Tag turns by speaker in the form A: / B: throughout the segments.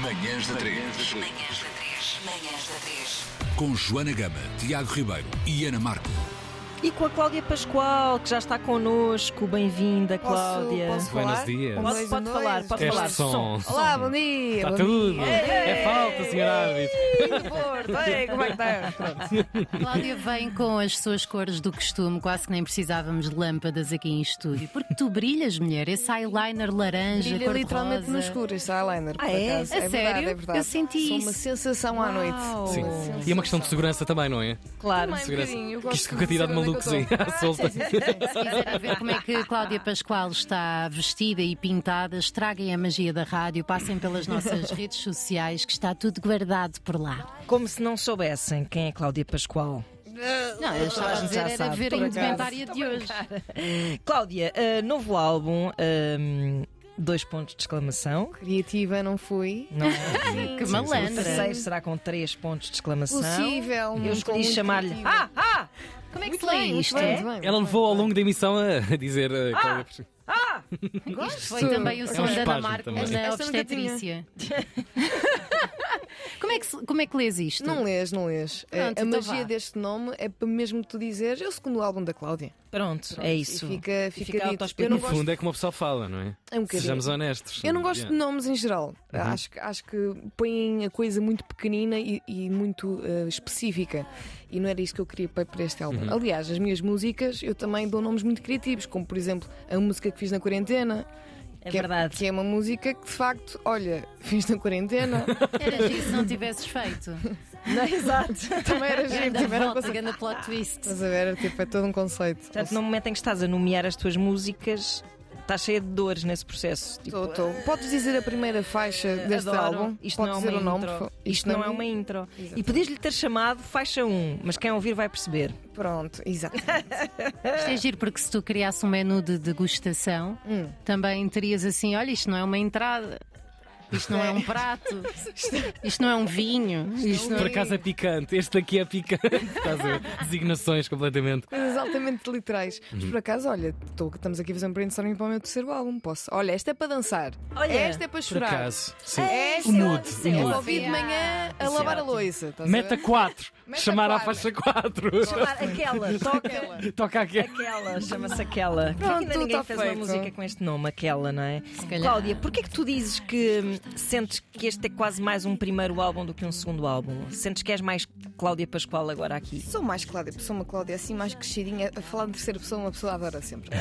A: Manhãs da 3.
B: Manhãs da 3. Manhãs da 3.
A: Com Joana Gama, Tiago Ribeiro e Ana Marco.
C: E com a Cláudia Pascoal, que já está connosco. Bem-vinda, Cláudia.
D: Posso, posso
E: Buenos
D: falar?
E: dias.
D: Um,
C: Pode-
D: dois, um,
C: pode
D: dois.
C: falar, pode
E: Este
C: falar.
E: som.
D: Olá, bom dia.
E: Está
D: bom
E: tudo.
D: Dia.
E: É falta, senhor árbitro.
D: Tudo Porto. Ei, como é que está?
F: Cláudia vem com as suas cores do costume, quase que nem precisávamos de lâmpadas aqui em estúdio. Porque tu brilhas, mulher, esse eyeliner laranja,
D: Brilha
F: cor-de-rosa.
D: literalmente no escuro, este eyeliner.
C: Ah,
D: por
C: é?
D: acaso.
F: A
D: é verdade,
F: sério?
D: é verdade.
F: Eu senti
D: Sou uma
F: isso.
D: sensação à noite.
E: Sim. E é uma questão de segurança também, não é?
C: Oh, Claro.
D: Também. Um
E: segurança.
D: bocadinho, eu
E: Que
D: gosto
E: isto com a
D: de
E: quantidade de
D: saber onde é
E: malucos
D: que eu
E: aí à solta.
F: Se quiserem ver como é que a Cláudia Pascoal está vestida e pintada, estraguem a magia da rádio, passem pelas nossas redes sociais, que está tudo guardado por lá.
C: Como se não soubessem quem é Cláudia Pascoal.
F: Não, eu estava a
C: gente
F: dizer,
C: já
F: era
C: sabe,
F: ver a
C: por acaso.
F: indumentária de hoje.
C: Cláudia, ah, novo álbum, ah, dois pontos de exclamação.
D: Criativa, não fui.
C: Não é?
F: Que
C: O terceiro
F: malandra.
C: será com três pontos de exclamação.
D: Possível.
C: Eu escolhi chamar-lhe. Ah, ah!
F: Como é que se lê isto?
E: Ela levou ao longo da emissão a dizer. eh, Cláudia Pascoal.
F: Isto foi também o som da Ana
E: espasmo
F: Marco
E: também.
F: na
D: Esta nunca tinha.
F: obstetrícia. como, é que, se- como é que lês isto?
D: Não lês, não lês. Eh,
F: Pronto,
D: a
F: então
D: magia
F: vá.
D: deste nome é para mesmo tu dizeres. É o segundo álbum da Cláudia.
C: Pronto, é isso.
D: E fica, fica,
C: fica
D: dito.
C: autoexplicativo.
D: Eu
E: No
D: não gosto
E: fundo é como a pessoa fala, não é?
D: É um bocadinho.
E: Sejamos honestos.
D: Eu não gosto de
E: Yeah.
D: nomes em geral. Acho, que- acho que põem a coisa muito pequenina e, e muito eh, específica. E não era isso que eu queria para, para este álbum. Aliás, as minhas músicas eu também dou nomes muito criativos, como por exemplo a música que fiz na quarentena.
C: É
D: que
C: verdade.
D: que é uma música que de facto, olha, fiz na quarentena.
F: Era giro se não tivesses feito.
C: Não, exato.
D: também era giro,
F: Grande
D: também era um
F: volta,
D: conceito.
F: grande plot twist.
D: Estás a ver? Tipo, é todo um conceito.
C: Portanto, no momento em que estás a nomear as tuas músicas, estás cheia de dores nesse processo. Tipo,
D: Tô- tô. Podes dizer a primeira faixa deste
C: Eh, Adoro.
D: álbum?
C: Isto
D: Podes
C: não é
D: dizer
C: uma
D: o nome?
C: intro.
D: por favor?
C: Isto, não, é
D: um
C: uma intro. E podias-lhe ter chamado faixa 1, mas quem ouvir vai perceber.
D: Pronto, exato.
F: Isto é giro porque se tu criasse um menu de degustação,
D: Hum.
F: também terias assim: olha, isto não é uma entrada. Isto não é um prato, isto não é um vinho, isto não
E: Por
F: é...
E: acaso é picante, este daqui é picante. Estás a ver? Designações completamente.
D: Coisas altamente literais.
E: Uhum.
D: Mas por acaso, olha, tô- estamos aqui a fazer um brainstorming para o meu terceiro álbum. Posso? Olha, esta é para dançar.
C: Olha,
D: esta é para
E: Por
D: chorar.
E: acaso. Sim.
D: Esta
E: O nude, o
D: eu
E: nude.
D: ouvi de manhã a lavar a louça. estás a ver?
E: Meta 4.
D: Meta
E: Chamar à
D: quatro.
E: faixa 4.
C: aquela, toca
E: Toca aqui.
C: aquela, chama-se aquela. Porquê que
D: Pronto,
C: ainda ninguém
D: tá
C: fez uma
D: feito.
C: música com este nome, aquela, não é?
F: calhar.
C: Cláudia, porquê que tu dizes que hum, sentes que este é quase mais um primeiro álbum do que um segundo álbum? Sentes que és mais Cláudia Pascoal agora aqui?
D: Sou mais Cláudia, sou uma Cláudia assim mais crescidinha. A falar de terceira pessoa, uma pessoa adora sempre. Ah,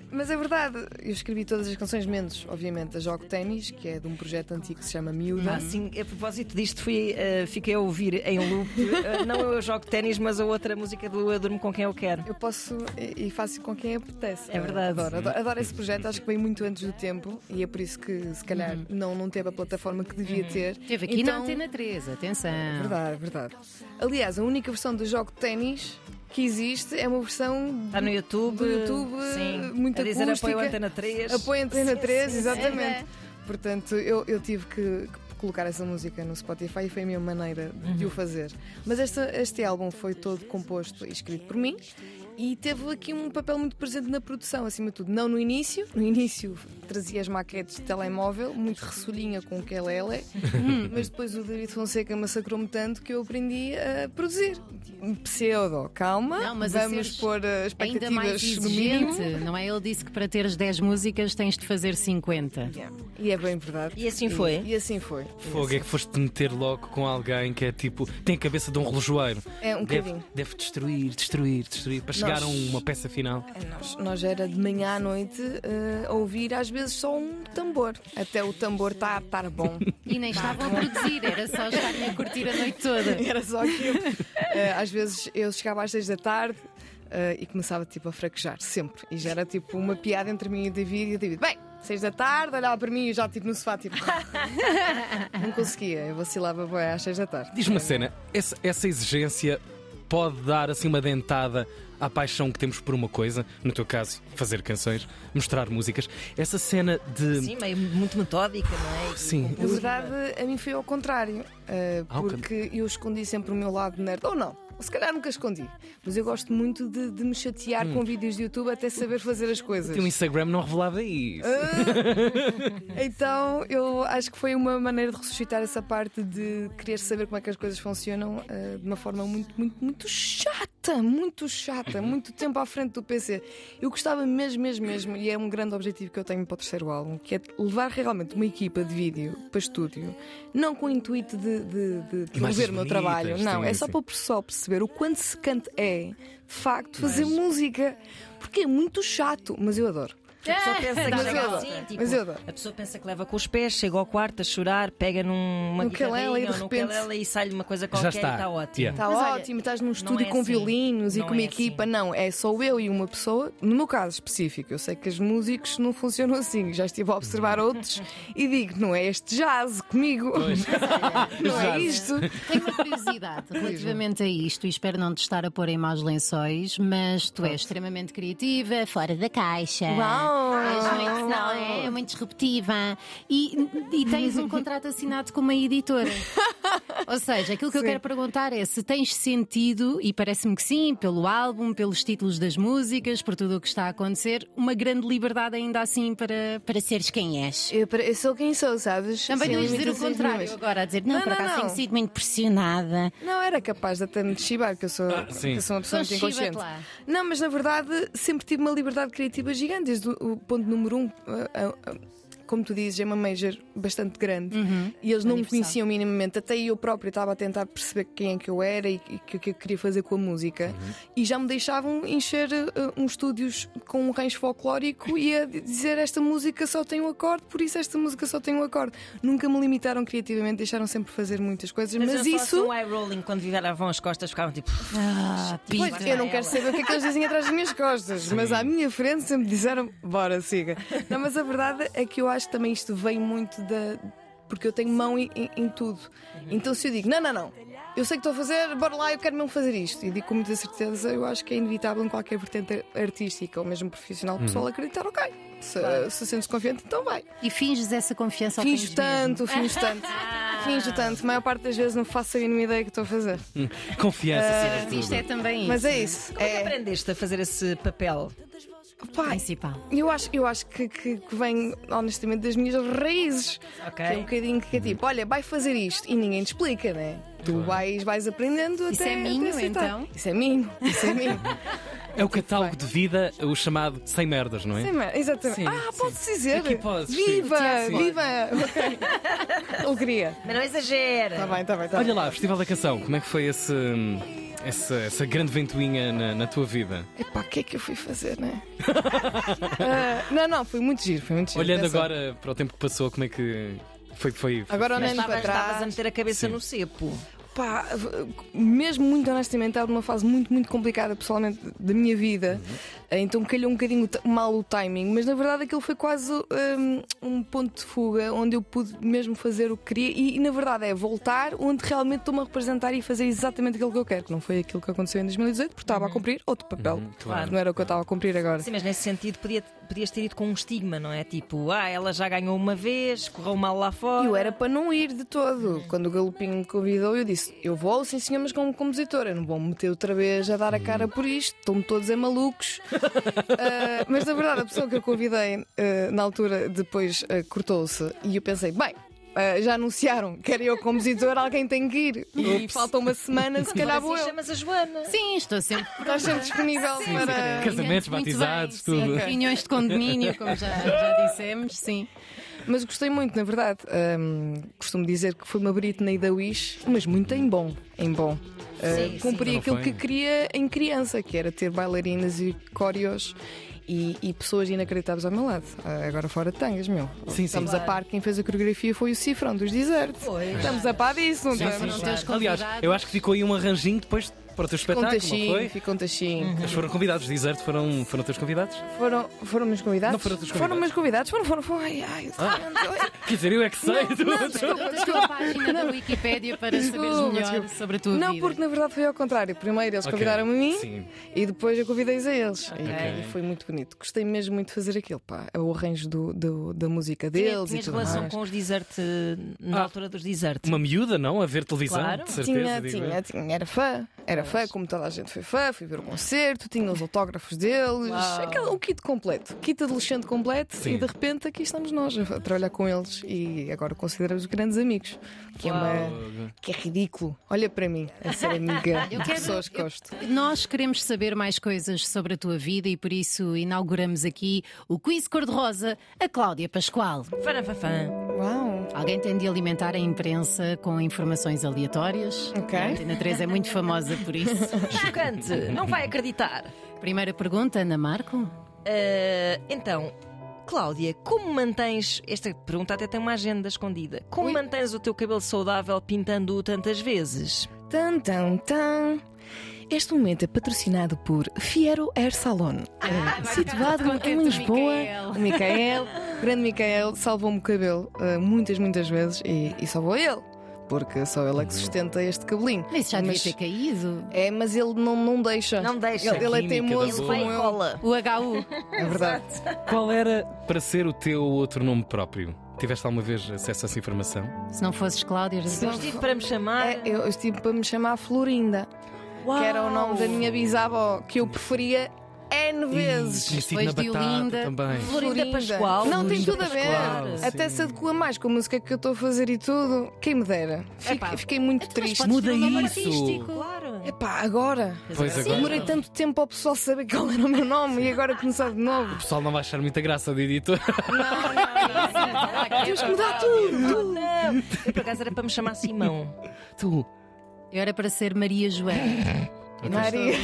D: ah, mas é verdade, eu escrevi todas as canções, menos, obviamente, a Jogo Ténis, que é de um projeto antigo que se chama Miúda.
C: Ah, sim, a propósito disto, fui, eh, fiquei a ouvir em loop, eh, não eu jogo ténis, mas a outra música do Eu Durmo Com Quem Eu Quero.
D: Eu posso e e faço com quem apetece.
C: É verdade.
D: Adoro, adoro, adoro esse projeto, acho que veio muito antes do tempo e é por isso que se calhar não, não teve a plataforma que devia ter.
F: Teve aqui
D: então, É
F: na Antena 3, atenção.
D: Verdade, verdade. Aliás, a única versão do jogo de ténis que existe é uma versão
C: Está Tá no YouTube.
D: do YouTube
C: sim.
D: muito
C: a dizer
D: acústica.
C: apoio Antena 3.
D: Apoio Antena 3,
F: sim.
D: exatamente.
F: Uhum.
D: Portanto, eu, eu tive que que colocar essa música no Spotify e foi a minha maneira de-
F: Uhum.
D: de o fazer. Mas esta- este álbum foi todo composto e escrito por mim e teve aqui um papel muito presente na produção, acima de tudo. Não no início, no início trazia as maquetes de telemóvel, muito ressolinha com o que ela é, mas depois o David Fonseca massacrou-me tanto que eu aprendi a produzir. Um Pseudo, calma,
F: Não, mas a
D: vamos
F: seres
D: pôr eh,
F: Ainda
D: expectativas
F: mais
D: no mínimo.
F: exigente, não é? Ele disse que para teres 10 músicas tens de fazer 50.
D: Yeah. E é bem verdade.
C: E assim foi?
D: E, e assim foi.
E: Fogo, é que foste te meter logo com alguém que é tipo. tem a cabeça de um relojoeiro.
D: É um
E: deve,
D: bocadinho.
E: deve destruir, destruir, destruir, para chegar a uma peça final.
D: É, Nós, nós era de manhã à noite eh, a ouvir às vezes só um tambor. Até o tambor está a estar bom.
F: E nem estavam a
D: então.
F: produzir, era só estarem a curtir a noite toda.
D: Era só aquilo. Eh, às vezes eu chegava às seis da tarde eh, e começava tipo a fraquejar, sempre. E já era tipo uma piada entre mim e o David. E o David, bem, seis da tarde, olhava para mim e eu já tipo no sofá, tipo. não conseguia, eu vacilava bem às seis da tarde.
E: Diz-me uma cena, essa, essa exigência pode dar assim uma dentada à paixão que temos por uma coisa, no teu caso, fazer canções, mostrar músicas. Essa cena de.
C: Sim, meio muito metódica, não é?
E: Sim.
D: Na verdade, a mim foi ao contrário, eh,
E: Ah, ok.
D: porque eu escondi sempre o meu lado nerd, ou não, Se calhar nunca escondi, mas eu gosto muito de, de me chatear
E: Hum.
D: com vídeos de YouTube até saber fazer as coisas.
E: O Instagram não revelava isso.
D: Ah. Então eu acho que foi uma maneira de ressuscitar essa parte de querer saber como é que as coisas funcionam eh, de uma forma muito, muito, muito chata, muito
E: Uhum.
D: chata, muito tempo à frente do PC. Eu gostava mesmo, mesmo, mesmo, e é um grande objetivo que eu tenho para o terceiro álbum, que é levar realmente uma equipa de vídeo para estúdio, não com o intuito de, de, de promover o meu
E: bonitas,
D: trabalho, não, é
E: sim,
D: só
E: sim.
D: para o pessoal perceber o quanto secante é, de facto, fazer música, porque é muito chato, mas eu adoro.
C: A pessoa pensa que
D: É, Mas
C: chega
D: eu-
C: assim, tipo,
D: mas eu adoro.
C: a pessoa pensa que leva com os pés, chega ao quarto a chorar, pega numa
D: No ukulele
C: guitarrinha
D: e de
C: ou no
D: repente-
C: ukulele e sai-lhe uma coisa
E: Já
C: qualquer
E: está.
C: e está ótimo.
E: Yeah.
D: Está
F: Mas olha,
D: Tá ótimo, estás num estúdio
C: é
D: com
C: assim.
D: violinos e
C: Não
D: com uma
C: é
D: equipa. Não, é só eu e uma pessoa. No meu caso específico, eu sei que os músicos não funcionam assim. Já estive a observar
F: Hum.
D: outros e digo, não é este jazz comigo. não é
E: Jazz.
D: isto.
F: Tenho uma curiosidade relativamente a isto e espero não te estar a pôr em maus lençóis, mas tu és extremamente criativa, fora da caixa.
D: Uau!
F: És muito, não é? É muito disruptiva e, e tens um contrato assinado com uma editora. Ou seja, aquilo que eu quero perguntar é se tens sentido, e parece-me que sim, pelo álbum, pelos títulos das músicas, por tudo o que está a acontecer, uma grande liberdade ainda assim para, para seres quem és.
D: Eu, eu sou quem sou, sabes?
F: Também
D: Sem
F: não ias dizer o
D: limitações
F: contrário
D: nenhumas.
F: agora, a dizer não,
D: Não,
F: por
D: não,
F: acaso
D: não.
F: tenho sido muito pressionada.
D: Não, era capaz de até me chibar, que eu sou,
E: Ah, sim.
D: que sou uma pessoa
F: Então
D: muito inconsciente.
F: chiba-te lá.
D: Não, mas na verdade sempre tive uma liberdade criativa gigante, desde o, o ponto número um. ah, ah, ah, como tu dizes, é uma major bastante grande e eles não me
F: Universal.
D: conheciam minimamente. Até eu própria estava a tentar perceber quem é que eu era e e que- o que eu queria fazer com a música.
E: Uhum.
D: E já me deixavam encher ah, uns estúdios com um range folclórico e a dizer esta música só tem um acorde, por isso esta música só tem um acorde. Nunca me limitaram criativamente, deixaram sempre fazer muitas coisas, mas,
C: Mas, eu só
D: isso.
C: faço um eye rolling quando viravam as costas, ficavam tipo.
F: Ah,
D: Pois,
F: pica.
D: eu não quero saber o que é que eles dizem atrás das minhas costas, mas à minha frente sempre disseram: bora, siga. Não, mas a verdade é que eu acho que também isto vem muito da. porque eu tenho mão em, em- em tudo.
C: Uhum.
D: Então se eu digo: não, não, não, eu sei o que estou a fazer, bora lá, eu quero mesmo fazer isto. E digo com muita certeza, eu acho que é inevitável em qualquer vertente artística ou mesmo profissional o pessoal acreditar: ok, se, se sentes confiante, então vai.
F: E finges essa confiança ao
D: Finjo tanto, finjo tanto, finjo tanto. A maior parte das vezes não faço a mínima ideia do que estou a fazer.
E: Confiança,
D: Ah.
E: acima de
F: Isto
E: tudo.
F: é também
D: Mas
F: isso.
D: é isso.
C: Como é que
D: É,
C: aprendeste a fazer esse papel?
D: pá,
F: principal.
D: Eu acho, eu acho que, que- que vem, honestamente, das minhas raízes.
C: Ok.
D: Que é um bocadinho que é tipo, olha, vai fazer isto e ninguém te explica, né? Tu vais, vais aprendendo
F: Isso
D: até.
F: é minho,
D: até aceitar.
F: então?
D: Isso é minho, isso é minho.
E: É o catálogo de vida, o chamado sem merdas, não é?
D: Sim, mas- exatamente.
E: Sim,
D: ah,
E: sim.
D: posso dizer?
E: Aqui podes, sim.
D: viva,
E: Sim.
D: viva! Ok. Alegria.
C: Mas não exagera!
D: Está bem, está bem, está bem.
E: Olha lá, Festival da Canção, como é que foi esse, hum, essa, essa grande ventoinha na, na tua vida?
D: Epá, o que é que eu fui fazer, né? Ah, não, não, foi muito giro, foi muito giro.
E: Olhando
D: Atenção.
E: agora para o tempo que passou, como é que foi? foi, foi-
D: Agora olhando
C: Estavas,
D: para
C: estavas a
D: trás.
C: meter a cabeça no cepo.
D: Pá, v- mesmo muito honestamente, estava numa fase muito, muito complicada pessoalmente da minha vida,
E: Uhum.
D: Eh, então calhou um bocadinho t- mal o timing, mas na verdade aquilo foi quase hum, um ponto de fuga onde eu pude mesmo fazer o que queria e, e, na verdade é voltar onde realmente estou-me a representar e fazer exatamente aquilo que eu quero, que não foi aquilo que aconteceu em 2018, porque estava a cumprir outro papel,
E: Uhum. claro.
D: não era o que eu estava a cumprir agora.
C: Sim, mas nesse sentido podia, podias ter ido com um estigma, não é? Tipo, ah, ela já ganhou uma vez, correu mal lá fora.
D: E eu era para não ir de todo. Quando o Galopinho me convidou, eu disse: Eu vou, sim senhor, mas como compositora. Não vou me meter outra vez a dar a cara por isto. Estão-me todos a malucos. Ah, mas na verdade, a pessoa que eu convidei ah, na altura depois ah, cortou-se. E eu pensei: Bem. ah, já anunciaram, quero eu compositora, alguém tem que ir. E falta uma semana, se calhar vou
C: assim,
D: eu.
C: chamas a Joana.
F: Sim, estou sempre.
D: Estás sempre disponível para.
E: Casamentos,
F: Muito bem,
E: batizados,
F: sim,
E: tudo.
F: Reuniões de condomínio, como já, já dissemos, sim.
D: Mas gostei muito, na verdade. Ahm, costumo dizer que foi uma britney da Wish, mas muito em bom. Em bom. Ah,
C: sim.
D: cumpri
E: Não
D: aquilo
E: foi?
D: que queria em criança, que era ter bailarinas e córeos. E, e pessoas inacreditáveis ao meu lado. Ah, agora fora de tangas, meu.
E: sim.
D: Estamos a
C: Claro.
D: par, quem fez a coreografia foi o Cifrão dos Desert.
C: Pois.
D: Estamos a par disso, não
F: Foram
D: estamos?
F: teus convidados.
E: Aliás, eu acho que ficou aí um arranjinho depois para o teu
D: Ficou um
E: espetáculo, não
D: tachinho,
E: Tá, foi? Hum.
D: ficou um tachinho.
E: Eles foram convidados, de deserto foram, foram teus convidados?
D: Foram, foram meus convidados?
E: Não foram teus Ah.
D: Foram meus convidados, foram, foram, foram. Ai, ai,
E: Quer dizer, eu é que sei.
F: Eu tenho a página da Wikipédia para saberes
D: Desculpa,
F: melhor
D: desculpa.
F: sobre a tua
D: Não,
F: vida.
D: porque na verdade foi ao contrário. Primeiro eles
E: Ok,
D: convidaram-me a mim
E: sim.
D: e depois eu convidei-os a eles.
E: Ok.
D: E, foi muito bonito. Gostei mesmo muito de fazer aquilo, pá. É O arranjo do, do- da música deles e
C: Tinhas
D: tudo
C: relação
D: mais.
C: com os desert eh, na
E: Ah.
C: altura dos desert.
E: Uma miúda, não? A ver televisão,
C: Claro.
E: de certeza.
D: Tinha,
E: digo eu.
D: tinha, tinha. Era fã, era fã, como toda a gente foi fã, fui ver o concerto, tinha os autógrafos deles, aquele, o kit completo, kit adolescente completo,
E: Sim.
D: e de repente aqui estamos nós a trabalhar com eles e agora consideramos grandes amigos, que, é, uma- que é ridículo. Olha para mim, a ser amiga de
F: Eu quero-
D: pessoas que
F: eu-
D: gosto.
F: Nós queremos saber mais coisas sobre a tua vida e por isso inauguramos aqui o Quiz Cor-de-Rosa a Cláudia Pascoal.
C: Fanafafã.
D: Uau!
F: Alguém tem de alimentar a imprensa com informações aleatórias.
D: Ok.
F: A Antena 3 é muito famosa por isso.
C: Chocante, não vai acreditar.
F: Primeira pergunta, Ana Marco.
C: Ah, então, Cláudia, como mantens. Esta pergunta até tem uma agenda escondida. Como mantens o teu cabelo saudável pintando-o tantas vezes?
D: Tan, tan, tan. Este momento é patrocinado por Fiero Air Salon,
F: Ah,
D: eh, situado em
F: contente o
D: Lisboa.
F: Micael.
D: O Micael, o grande Micael, salvou-me o cabelo eh, muitas, muitas vezes e, e salvou ele, porque só ele é que sustenta este cabelinho.
F: Mas isso já devia
D: Mas-
F: ter caído.
D: É, mas ele não, não deixa.
C: Não deixa.
D: Ele, ele é
E: Química
D: teimoso
E: da
C: Ele vai
D: como
C: e
D: eu.
C: cola.
F: O HU.
D: É verdade.
E: Qual era para ser o teu outro nome próprio? Tiveste alguma vez acesso a essa informação?
F: Se não fosses Cláudia, era
C: Eu estive para me chamar.
D: É, eu, eu estive para me chamar Florinda, que era o nome da
F: Oh.
D: minha bisavó, que eu preferia N vezes.
E: Tinha sido na
F: Depois de
E: batata
F: Olinda.
E: também.
C: Florinda Pascoal.
D: Não, tem
C: Florinda
D: tudo a ver.
E: Pascoal,
D: Até
E: sim.
D: se adequa mais com a música que eu estou a fazer e tudo. Quem me dera. Fico-
F: Epá.
D: fiquei muito
F: Mas
D: triste.
F: podes ter um
E: Muda
F: nome
E: isso.
F: artístico.
C: Claro.
D: Epá, agora.
E: Pois agora.
D: Demorei tanto tempo ao pessoal saber qual era o meu nome e agora começar de novo.
E: O pessoal não vai achar muita graça de editor.
D: Tens que mudar tudo.
C: Não, não. Eu, por acaso era para me chamar Simão.
E: tu.
F: Eu era para ser Maria Joana.
E: Então,
D: Maria.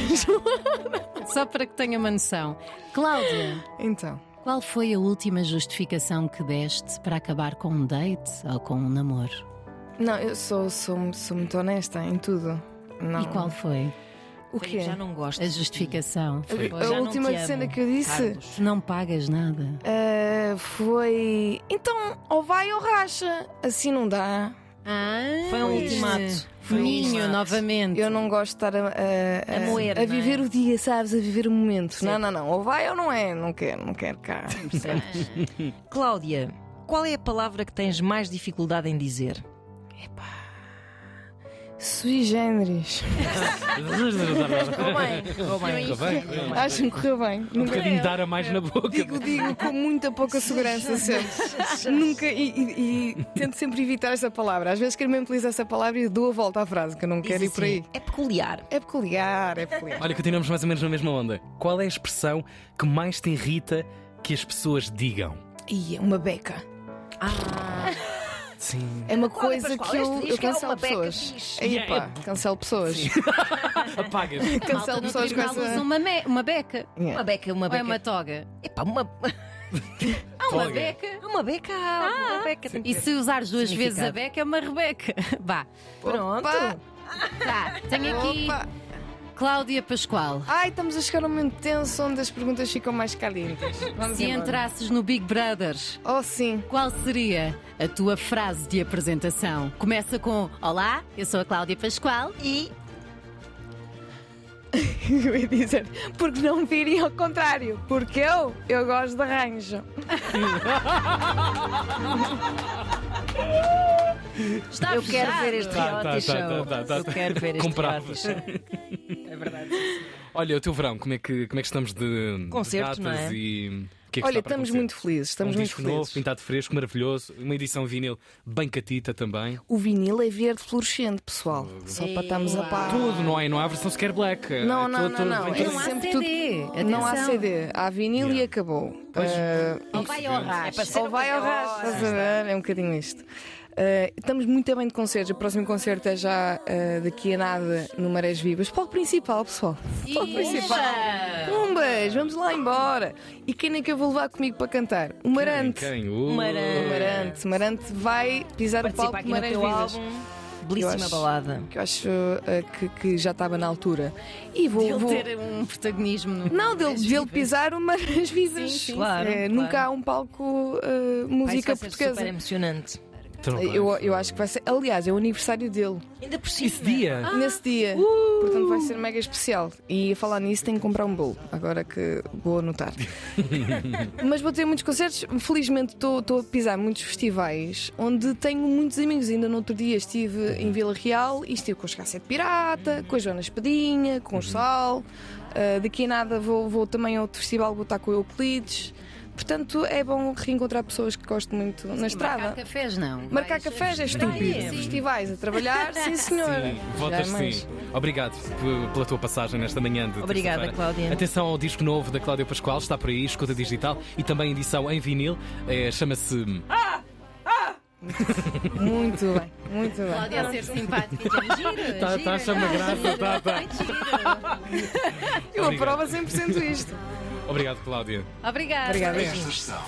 F: Só para que tenha uma noção. Cláudia.
D: Então,
F: Qual foi a última justificação que deste para acabar com um date ou com um namoro?
D: não, eu sou, sou, sou muito honesta em tudo. Não.
F: E qual foi
D: O
C: Foi,
D: quê?
C: Já não gosto.
F: a justificação? Foi,
D: A
C: Já não
D: última
C: te amo,
D: cena que eu disse
C: Carlos.
F: Não pagas nada.
D: ah, foi. Então, ou vai ou racha. Assim não dá.
F: Ah,
C: Foi um ultimato. Foi um
F: Ninho,
C: ultimato.
F: novamente.
D: Eu não gosto de estar a, a,
C: A moer, não é?
D: viver o dia, sabes? A viver o momento. Não, não, não. Ou vai ou não é. Não quero, não quero cá.
C: Cláudia, qual é a palavra que tens mais dificuldade em dizer?
D: Sui generis. Acho que me correu bem.
E: Um
D: Nunca
E: bocadinho de ar a mais na boca.
D: digo, digo com muita pouca segurança sempre. Nunca. E, e- e tento sempre evitar essa palavra. Às vezes quero mesmo utilizar essa palavra e dou a volta à frase, que eu não
C: Diz
D: quero ir por
C: assim,
D: aí.
C: É peculiar.
D: É peculiar, é peculiar.
E: Olha, continuamos mais ou menos na mesma onda. Qual é a expressão que mais te irrita que as pessoas digam?
D: Ih, é uma beca.
E: Sim.
D: É uma
C: Qual é,
D: coisa
C: Pascoal?
D: que eu,
C: Este diz
D: eu
C: que é
D: cancelo
C: uma beca
D: pessoas.
C: fixe.
D: Aí, pá, cancelo pessoas.
E: Apagas.
D: Cancelo pessoas com
F: usa
D: essa.
F: uma, me- uma beca.
C: Uma beca, uma
F: Ou é
C: beca.
F: uma toga?
C: Epá, uma...
F: Há uma
E: Toga.
F: beca.
C: Uma Ah, beca, uma beca. tem que
F: E
C: ter.
F: se usares duas vezes a
C: Significado.
F: beca, é uma rebeca. Vá.
C: Pronto.
D: Opa,
F: Tá. Tenho aqui
D: opa.
F: Cláudia Pascoal.
D: Ai, estamos a chegar a um momento tenso onde as perguntas ficam mais calientes. Vamos
F: Se
D: embora.
F: entrasses no Big Brother,
D: Oh, sim.
F: Qual seria a tua frase de apresentação? Começa com Olá, eu sou a Cláudia Pascoal.
C: E
D: Eu ia dizer, porque não viria ao contrário. Porque eu, eu gosto de arranjo.
F: Está
C: eu quero ver este
E: Tá, tá,
C: reality
E: tá, tá,
C: show.
E: tá, tá,
C: Eu
E: tá.
C: quero ver este
E: Comprado.
C: reality show.
E: Olha, o teu verão, como é que, como é que estamos de
C: Concerto,
E: de datas
C: não é?
E: e. o que é que
D: Olha,
E: está para
D: estamos
E: acontecer?
D: muito felizes. Estamos
E: um
D: muito
E: disco novo,
D: felizes.
E: pintado fresco, maravilhoso. Uma edição vinil bem catita também.
D: O vinil é verde fluorescente, pessoal. Só para estarmos a par.
E: Tudo, não é? Não há versão sequer black.
D: Não,
E: É
D: não,
E: tudo-
D: não, não.
E: tudo bem-
D: É
F: Não há
D: sempre
F: CD,
D: tudo- Não há
F: atenção.
D: CD. Há vinil e acabou. Ah,
F: Ou vai ao
C: É para
F: racha.
C: ser
D: Ou vai ao rasto, estás a ver? É um bocadinho isto. Uh, estamos muito bem de concertos. O próximo concerto é já uh, daqui a nada no Marés Vivas. Palco principal, pessoal. Palco principal. Pumbas, vamos lá embora. E quem é que eu vou levar comigo para cantar? O Marante.
E: Quem? é? O
C: Marante.
D: O Marante. O Marante vai pisar o
C: Participa
D: palco
C: aqui
D: do
C: no
D: Marés
C: teu
D: Vivas.
C: álbum.
D: Eu
C: Belíssima
D: acho-
C: balada.
D: Que eu acho uh, que, que já estava na altura. E vou.
F: Ele
D: vou-
F: ter um protagonismo no.
D: Não, dele, dele pisar o Marés Vivas.
C: sim, claro,
D: É,
C: claro.
D: Nunca há um palco uh,
C: Pá, isso vai
D: música
C: ser
D: portuguesa.
C: super emocionante.
E: Trombar.
D: Eu, eu acho que vai ser. Aliás, é o aniversário dele
C: Ainda por cima.
E: Esse dia.
D: nesse dia. Portanto, vai ser mega especial. E a falar nisso, tenho que comprar um bolo. Agora que vou anotar. Mas vou ter muitos concertos. Felizmente, estou estou a pisar muitos festivais onde tenho muitos amigos. Ainda no outro dia estive em Vila Real e estive com os Cassete Pirata, com a Joana Espedinha, com o Sal. Ah, daqui a nada vou, vou também a outro festival, vou estar com o Euclides. Portanto, é bom reencontrar pessoas que gosto muito na
F: Marcar
D: estrada.
F: cafés, não.
D: Marcar
F: Vais-
D: cafés, é estúpido. Festivais a trabalhar, sim senhora.
E: Sim,
D: Já
E: votas
D: é mais.
E: sim. Obrigado p- pela tua passagem nesta manhã. De
C: Obrigada,
E: terça-feira.
C: Cláudia.
E: Atenção ao disco novo da Cláudia Pascoal, está por aí, escuta digital e também edição em vinil. É, Chama-se.
D: Ah, Muito bem, muito bem.
F: Cláudia a ser simpática. Giro,
E: Tá-
F: giro,
E: tá, chama
F: não,
E: graça,
F: giro,
E: tá, tá.
F: muito giro.
D: Eu
E: Obrigado.
D: aprovo a 100% isto.
E: Obrigado, Cláudia.
F: Obrigada.
D: Obrigada.
A: Estas são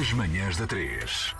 A: as manhãs da 3.